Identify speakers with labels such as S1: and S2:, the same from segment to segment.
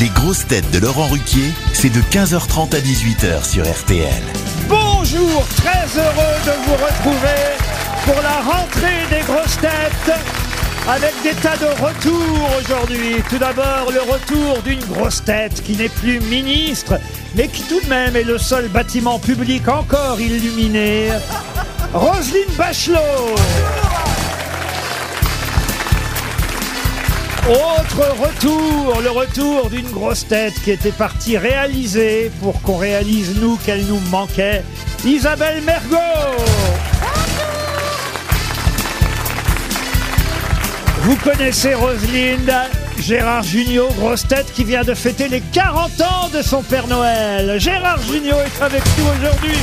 S1: Les grosses têtes de Laurent Ruquier, c'est de 15h30 à 18h sur RTL.
S2: Bonjour, très heureux de vous retrouver pour la rentrée des grosses têtes avec des tas de retours aujourd'hui. Tout d'abord, le retour d'une grosse tête qui n'est plus ministre, mais qui tout de même est le seul bâtiment public encore illuminé. Roselyne Bachelot. Autre retour, le retour d'une grosse tête qui était partie réaliser pour qu'on réalise nous qu'elle nous manquait, Isabelle Mergot. Vous connaissez Roselyne, Gérard Junior, grosse tête qui vient de fêter les 40 ans de son Père Noël. Gérard Junior est avec nous aujourd'hui.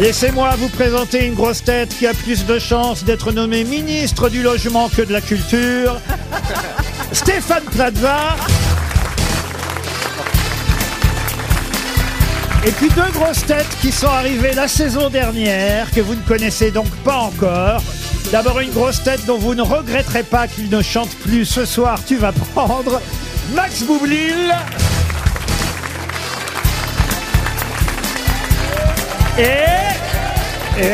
S2: Laissez-moi vous présenter une grosse tête qui a plus de chances d'être nommée ministre du logement que de la culture. Stéphane Plaza. Et puis deux grosses têtes qui sont arrivées la saison dernière, que vous ne connaissez donc pas encore. D'abord une grosse tête dont vous ne regretterez pas qu'il ne chante plus ce soir, tu vas prendre. Max Boublil. Et.
S3: Oh.
S2: Et. Et.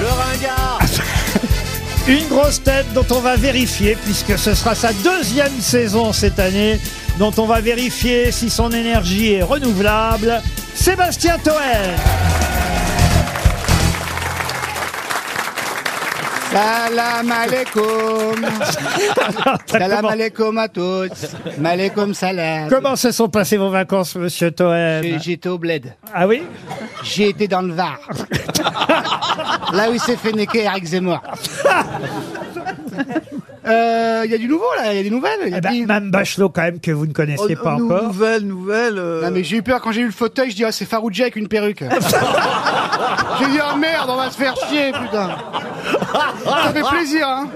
S3: Le ringard
S2: Une grosse tête dont on va vérifier, puisque ce sera sa deuxième saison cette année, dont on va vérifier si son énergie est renouvelable, Sébastien Toer.
S3: Salam alaikum Salam alaikum à tous Malaikum salam
S2: Comment se sont passées vos vacances, monsieur Toer
S3: J'étais au bled.
S2: Ah oui
S3: J'ai été dans le Var. là où il s'est fait niquer Eric Zemmour. Euh, Il y a du nouveau là, il y a des nouvelles. il y a
S2: eh ben,
S3: des-
S2: Mme Bachelot, quand même, que vous ne connaissez pas
S4: nou-
S2: encore.
S4: Nouvelle, nouvelle. euh,
S3: Non mais j'ai eu peur quand j'ai eu le fauteuil, je dis ah c'est Faroujah avec une perruque. j'ai dit ah merde on va se faire chier putain. Ça fait plaisir hein.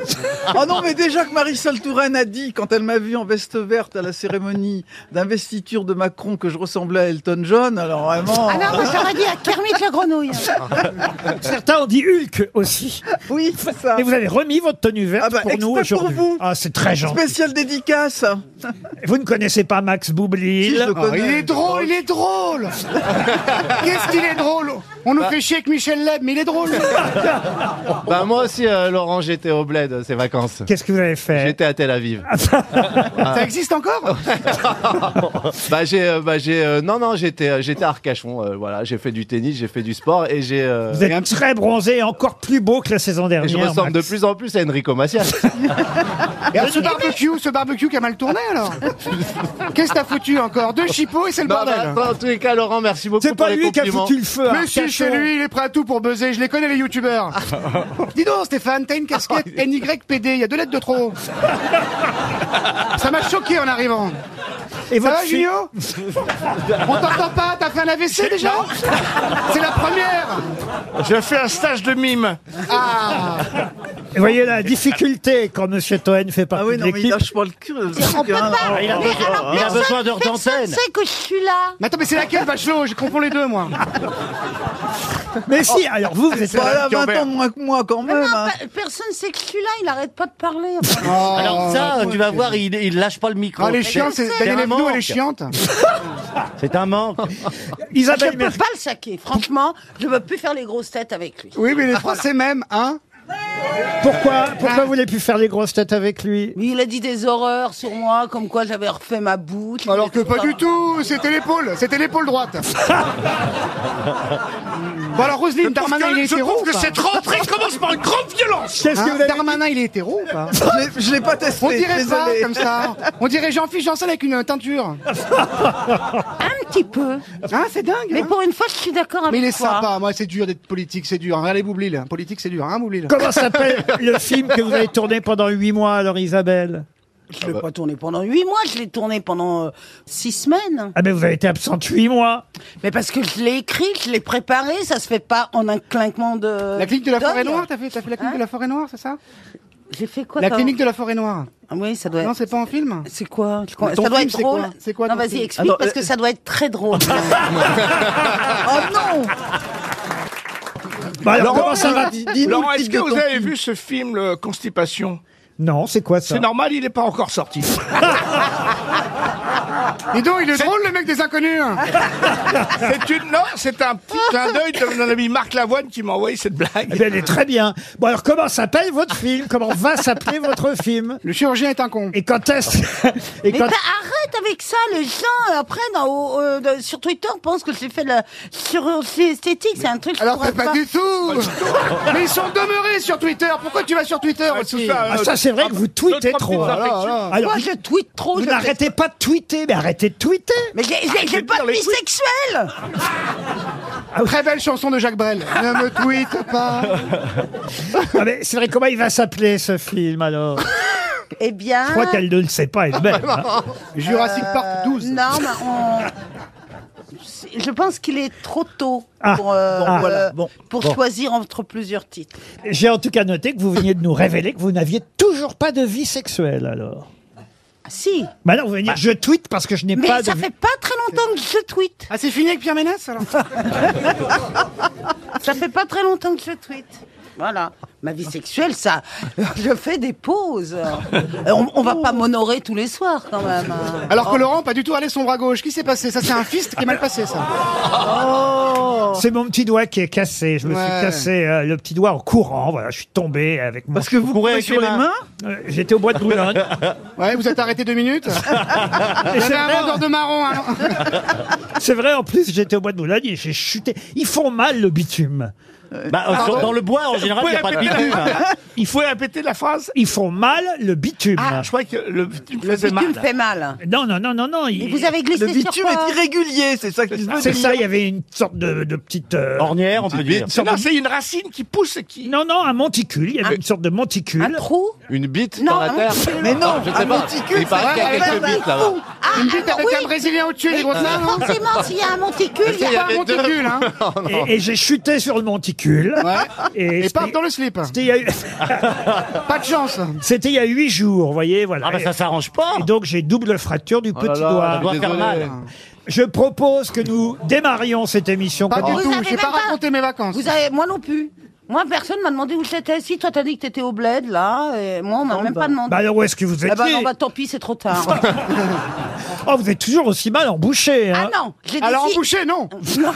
S4: Oh non, mais déjà que Marisol Touraine a dit, quand elle m'a vu en veste verte à la cérémonie d'investiture de Macron, que je ressemblais à Elton John, alors vraiment.
S5: Ah non, moi j'aurais dit à Kermit la grenouille.
S2: Certains ont dit Hulk aussi.
S4: oui, c'est ça.
S2: Et vous avez remis votre tenue verte
S4: Ah bah,
S2: pour nous
S4: exprès pour
S2: aujourd'hui.
S4: vous.
S2: Ah, c'est très gentil.
S4: Spéciale dédicace.
S2: Vous ne connaissez pas Max Boublil.
S4: Si, je le
S3: Oh, il
S4: connais.
S3: est drôle, il est drôle Qu'est-ce qu'il est drôle On nous fait chier avec Michel Leb, mais il est drôle
S6: Bah moi aussi, euh, Laurent, j'étais au bled euh, ces vacances.
S2: Qu'est-ce que vous avez fait
S6: J'étais à Tel Aviv.
S2: Ah.
S6: Ah.
S3: Ça existe encore
S6: Bah j'ai, euh, bah j'ai, euh, non non, j'étais, euh, j'étais à Arcachon. euh, voilà, j'ai fait du tennis, j'ai fait du sport et j'ai. euh,
S2: Vous êtes très bronzé, et encore plus beau que la saison
S6: et
S2: dernière.
S6: je ressemble
S2: Max.
S6: de plus en plus à Enrico Macias. Ah.
S3: Et alors, ce barbecue, ce barbecue qui a mal tourné alors Qu'est-ce que t'as foutu encore Deux chipots et c'est le
S6: Bah,
S3: bordel
S6: bah, en tous les cas, Laurent, merci beaucoup
S2: C'est
S6: pour
S2: pas
S6: les
S2: lui qui a
S6: compliments.
S2: foutu le feu. hein, à
S3: mais si,
S2: Arcachon.
S3: c'est lui, il est prêt à tout pour buzzer, je les connais les youtubeurs Dis donc Stéphane, t'as une
S6: Ah,
S3: casquette NYPD, il y a deux lettres de trop Ça m'a choqué en arrivant
S2: Et
S3: Ça
S2: votre
S3: va
S2: fille-
S3: Junio On t'entend pas, t'as fait un AVC déjà C'est la première
S7: Je fais un stage de mime.
S3: Ah
S2: Vous voyez la difficulté quand Monsieur Toen fait
S4: Ah
S2: partie
S4: oui,
S2: de
S4: non, mais il
S2: l'équipe.
S4: lâche pas le cul. le truc,
S5: On peut
S4: hein.
S3: Ah,
S5: pas.
S7: il a
S5: Mais
S7: besoin-
S5: alors,
S7: il a
S5: personne-
S7: besoin d'heures
S5: personne
S7: d'antenne.
S5: sait que je suis là.
S3: Mais attends, mais c'est laquelle, Bachelot Je confonds les deux, moi.
S2: Mais si, alors vous, vous êtes
S4: Voilà, 20 ans de moins que moi quand
S3: Eh
S4: même.
S5: Non,
S3: ben.
S4: hein.
S5: pe- personne sait que je suis là. Il arrête pas de parler.
S2: Oh.
S7: Alors
S2: Ah,
S7: ça, tu vas voir, il, il lâche pas le micro.
S3: Ah, les chiants, c'est Daniel
S7: un
S3: Evenou, elle est
S7: manque.
S3: chiante.
S7: C'est un manque.
S5: Je
S2: Isabelle
S5: peux
S2: Mergo.
S5: pas le saquer. Franchement, je veux plus faire les grosses têtes avec lui.
S3: Oui, mais les Français même, hein
S2: Pourquoi, pourquoi vous voulez plus faire les grosses têtes avec lui
S5: Mais il a dit des horreurs sur moi, comme quoi j'avais refait ma bouche.
S3: Alors que pas du tout, c'était l'épaule, c'était l'épaule droite. Bon alors, Roselyne, Darmanin, il est
S7: je
S3: hétéro
S7: trouve
S3: ou
S7: que
S3: pas
S7: cette rentrée commence par une grande violence.
S2: Qu'est-ce que
S3: Hein
S2: vous avez
S3: Darmanin, il est hétéro ou pas
S4: Je l'ai- Je l'ai pas testé.
S3: On dirait ça,
S4: désolé.
S3: comme ça. On dirait Jean-Philippe Janssen avec une teinture.
S5: Un petit peu.
S3: Hein, c'est dingue,
S5: Mais
S3: hein
S5: pour une fois, je suis d'accord avec
S3: Mais il est
S5: toi.
S3: sympa, moi c'est dur d'être politique, c'est dur. Regardez Boublil, hein, politique c'est dur, hein Boublil
S2: Comment s'appelle le film que vous avez tourné pendant huit mois, alors Isabelle
S5: Je
S3: Ah
S5: l'ai pas
S3: bah.
S5: tourné pendant huit mois. Je l'ai tourné pendant euh, six semaines.
S2: Ah mais vous avez été absente huit mois.
S5: Mais parce que je l'ai écrit, je l'ai préparé. Ça se fait pas en un clinquement de.
S3: La clinique de la
S5: d'œil.
S3: forêt noire, t'as fait, t'as fait la clinique de la forêt noire, c'est ça
S5: J'ai fait quoi
S3: La
S5: t'as-
S3: clinique de la forêt noire.
S5: Ah oui, ça doit
S3: Non,
S5: être.
S3: c'est pas en film
S5: C'est quoi Je crois-
S3: Mais
S5: Ça
S3: ton
S5: doit
S3: film,
S5: être
S3: c'est quoi
S5: drôle.
S3: C'est quoi
S5: Non,
S3: ton
S5: vas-y,
S3: film
S5: explique
S4: Alors,
S5: parce
S4: euh,
S5: que ça doit être très drôle. oh non
S2: Bah alors, comment ça va
S4: dis- dis-nous
S7: Laurent,
S4: le
S7: est-ce
S4: titre
S7: que
S4: de
S7: vous
S4: ton
S7: avez
S4: film.
S7: vu ce film euh, Constipation
S2: Non, c'est quoi ça
S7: C'est normal, il n'est pas encore sorti.
S3: Dis donc, il est drôle, le mec des inconnus. hein.
S7: c'est une non, c'est un petit clin d'œil de mon ami Marc Lavoine qui m'a envoyé cette
S2: Eh
S7: blague.
S2: bien, elle est très bien. Bon, alors, comment s'appelle votre film Comment va s'appeler votre film
S3: Le chirurgien est un con.
S2: Et quand est-ce et
S5: Mais
S2: quand...
S5: bah, arrête avec ça, les gens, après, dans- au- au- de- sur Twitter, pensent que j'ai fait la chirurgie esthétique, c'est un truc que je
S3: Alors,
S5: pourrais
S3: t'es pas du tout. Mais ils sont demeurés sur Twitter. Pourquoi tu vas sur Twitter aussi
S2: Ah, ça, c'est vrai que vous tweetez trop.
S3: Ah,
S2: Alors,
S3: là, là.
S5: Moi,
S2: vous-
S5: je tweete trop.
S2: vous
S5: je-
S2: n'arrêtez pas de tweeter, mais arrêtez de tweeter
S5: Mais j'ai- j'ai j'ai pas de vie sexuelle
S3: Ah Très belle chanson de Jacques Brel. Ne me tweete pas.
S2: Ah, mais C'est vrai, comment il va s'appeler ce film alors
S5: Eh bien...
S2: Je crois qu'elle ne le sait pas elle-même. hein.
S3: Jurassic Park
S5: euh,
S3: 12.
S5: Non, mais on... Je pense qu'il est trop tôt
S2: Ah,
S5: pour, euh,
S2: bon,
S5: euh,
S2: voilà, bon,
S5: pour
S2: bon.
S5: choisir entre plusieurs titres.
S2: J'ai en tout cas noté que vous veniez de nous révéler que vous n'aviez toujours pas de vie sexuelle alors.
S5: Ah, Si,
S2: Bah non, vous venez dire je tweete parce que je n'ai
S5: mais
S2: pas
S5: ça
S2: de vie.
S5: fait pas très longtemps que je tweete.
S3: Ah, c'est fini avec Pierre Ménès, alors
S5: Ça fait pas très longtemps que je tweete. Voilà. Ma vie sexuelle, ça, je fais des pauses. Euh, On, on va pas m'honorer tous les soirs, quand même. hein.
S3: Alors que Laurent, pas du tout allé son bras gauche. Qui s'est passé Ça, c'est un fist qui est mal passé, ça.
S2: C'est mon petit doigt qui est cassé. Je me suis
S3: Ouais.
S2: cassé euh, le petit doigt en courant. Voilà, je suis tombé avec mon.
S4: Parce que vous courez sur les mains
S2: Euh, J'étais au bois de Boulogne.
S3: Ouais, vous êtes arrêté deux minutes.
S2: Et
S3: Vous avez
S2: c'est
S3: un
S2: vrai,
S3: vendeur de marron. hein.
S2: c'est vrai, en plus, j'étais au bois de Boulogne et j'ai chuté. Ils font mal le bitume.
S8: Bah, euh, sur- dans le bois, en général, il n'y a pas de bitume.
S7: Il faut répéter la phrase.
S2: Ils font mal le bitume.
S7: Ah, je croyais que le tu me
S5: Le
S7: faisais mal.
S5: bitume fait mal.
S2: Non, non, non, non, non.
S5: Et
S2: il-
S5: vous avez glissé
S4: Le bitume
S5: sur quoi
S4: est irrégulier, c'est ça que tu veux
S2: C'est
S4: dire.
S2: ça, il y avait une sorte de, de petite. euh,
S6: Oh.
S8: Ornière, on peut dire.
S2: sorte
S7: Non,
S2: de-
S7: c'est une racine qui pousse et qui.
S2: Non, non, un monticule. Il y avait
S5: Un-
S2: une sorte de monticule.
S5: Un trou
S6: Une bite
S5: Non,
S6: dans la
S5: un
S6: terre Ah,
S5: monticule.
S4: Mais non,
S6: je
S4: un
S6: sais pas.
S4: monticule,
S6: Il paraît
S4: c'est
S6: qu'il y a
S4: vrai,
S6: quelques
S4: c'est
S6: bites là-bas.
S5: Ah,
S3: Une bite
S5: alors
S3: avec
S5: oui.
S3: un Brésilien au-dessus, les grosses mains, non
S5: Forcément, s'il y a un monticule, il y a
S6: Il y
S5: pas-
S3: Pas un
S6: avait deux-
S3: monticule, hein.
S2: Et, et j'ai chuté sur le monticule.
S3: Et
S2: c'était-
S3: part dans le slip.
S2: c'était il y a-
S3: Pas de chance.
S2: C'était il y a huit jours, vous voyez, voilà.
S8: Ah bah ça s'arrange pas.
S2: Et donc j'ai double fracture du
S6: Oh là
S2: petit
S6: là,
S2: doigt.
S8: doit faire
S6: désolé.
S8: mal.
S2: Je propose que nous démarrions cette émission.
S3: Pas
S5: Vous
S3: du tout.
S5: avez
S3: J'ai pas
S5: même pas-
S3: raconté mes vacances.
S5: Vous avez, moi non plus. Moi, personne m'a demandé où j'étais. Si, toi, t'as dit que t'étais au bled, là. Et moi, on m'a même pas demandé.
S2: Bah alors où est-ce que vous
S5: eh
S2: étiez
S5: ben, non, bah, tant pis, c'est trop tard.
S2: Oh, vous êtes toujours aussi mal embouché.
S5: ah
S2: Hein
S5: non, j'ai dit
S3: Alors,
S5: si-
S3: embouché, non.
S5: Non,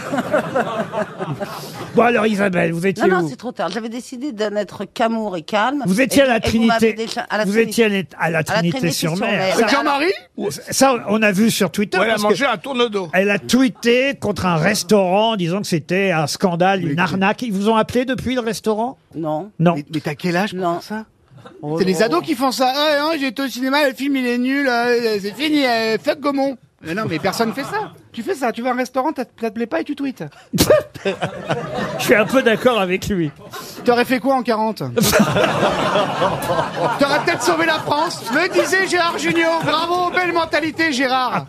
S2: bon alors Isabelle, vous étiez
S5: non, non,
S2: où
S5: c'est trop tard. J'avais décidé de n'être qu'amour et calme.
S2: Vous étiez
S5: Et-
S2: à la
S5: et vous m'avez
S2: Trinité.
S5: déjà- à la
S2: vous
S5: Trinité.
S2: étiez à la, à la Trinité-sur-Mer.
S5: Avec
S3: Jean-Marie
S2: Ça, ça, on a vu sur Twitter.
S7: Ouais, elle a
S2: parce que
S7: mangé un tourne-dos.
S2: elle a tweeté contre un restaurant, disant que c'était un scandale, une arnaque. Ils vous ont appelé depuis le restaurant
S5: Non.
S2: Non.
S3: Mais, mais t'as quel âge pour
S5: Non.
S3: faire ça C'est les ados qui font ça. Ah, non, j'ai été au cinéma, le film il est nul, euh, c'est fini, euh, fuck Gaumont. Mais non, mais personne fait ça. Tu fais ça, tu vas à un restaurant, ça te ça te plaît pas et tu tweets.
S2: Je suis un peu d'accord avec lui.
S3: T'aurais fait quoi en 40 T'aurais peut-être sauvé la France, me disait Gérard Junior. Bravo, belle mentalité Gérard.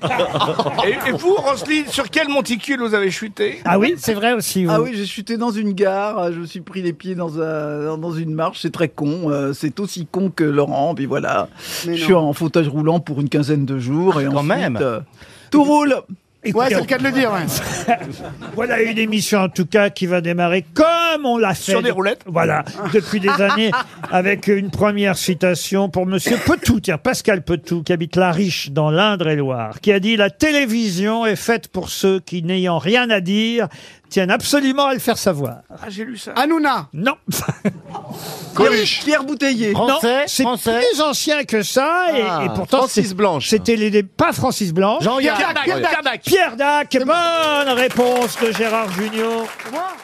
S7: Et, et vous, Roselyne, sur quel monticule vous avez chuté
S2: Ah oui, c'est vrai aussi. vous.
S7: Euh,
S4: Ah oui, j'ai chuté dans une gare, euh, je me suis pris les pieds dans, un- dans une marche, c'est très con, euh, c'est aussi con que Laurent, puis voilà. Je suis en fauteuil roulant pour une quinzaine de jours et
S7: Ah,
S8: Quand
S4: ensuite,
S8: même.
S4: euh, tout roule.
S3: Ouais,
S2: Écoutez,
S3: c'est le cas de le dire. ouais.
S2: Voilà une émission en tout cas qui va démarrer comme on l'a fait.
S7: Sur des roulettes.
S2: Voilà, depuis des années, avec une première citation pour Monsieur Petou, tiens, Pascal Petou, qui habite La Riche dans l'Indre-et-Loire, qui a dit La télévision est faite pour ceux qui, n'ayant rien à dire, tiennent absolument à le faire savoir.
S7: Ah, j'ai lu ça.
S3: Hanouna,
S2: Non,
S4: Pierre, Pierre Bouteiller.
S2: non
S8: Français,
S2: c'est
S8: français.
S2: plus ancien que ça, et, et pourtant,
S6: Francis
S2: c'est-
S6: Blanche.
S2: c'était les, les- pas Francis Blanche.
S8: Jean-Yann.
S7: Pierre Dac, Pierre Dac.
S2: Pierre Dac, bonne réponse de Gérard Junior.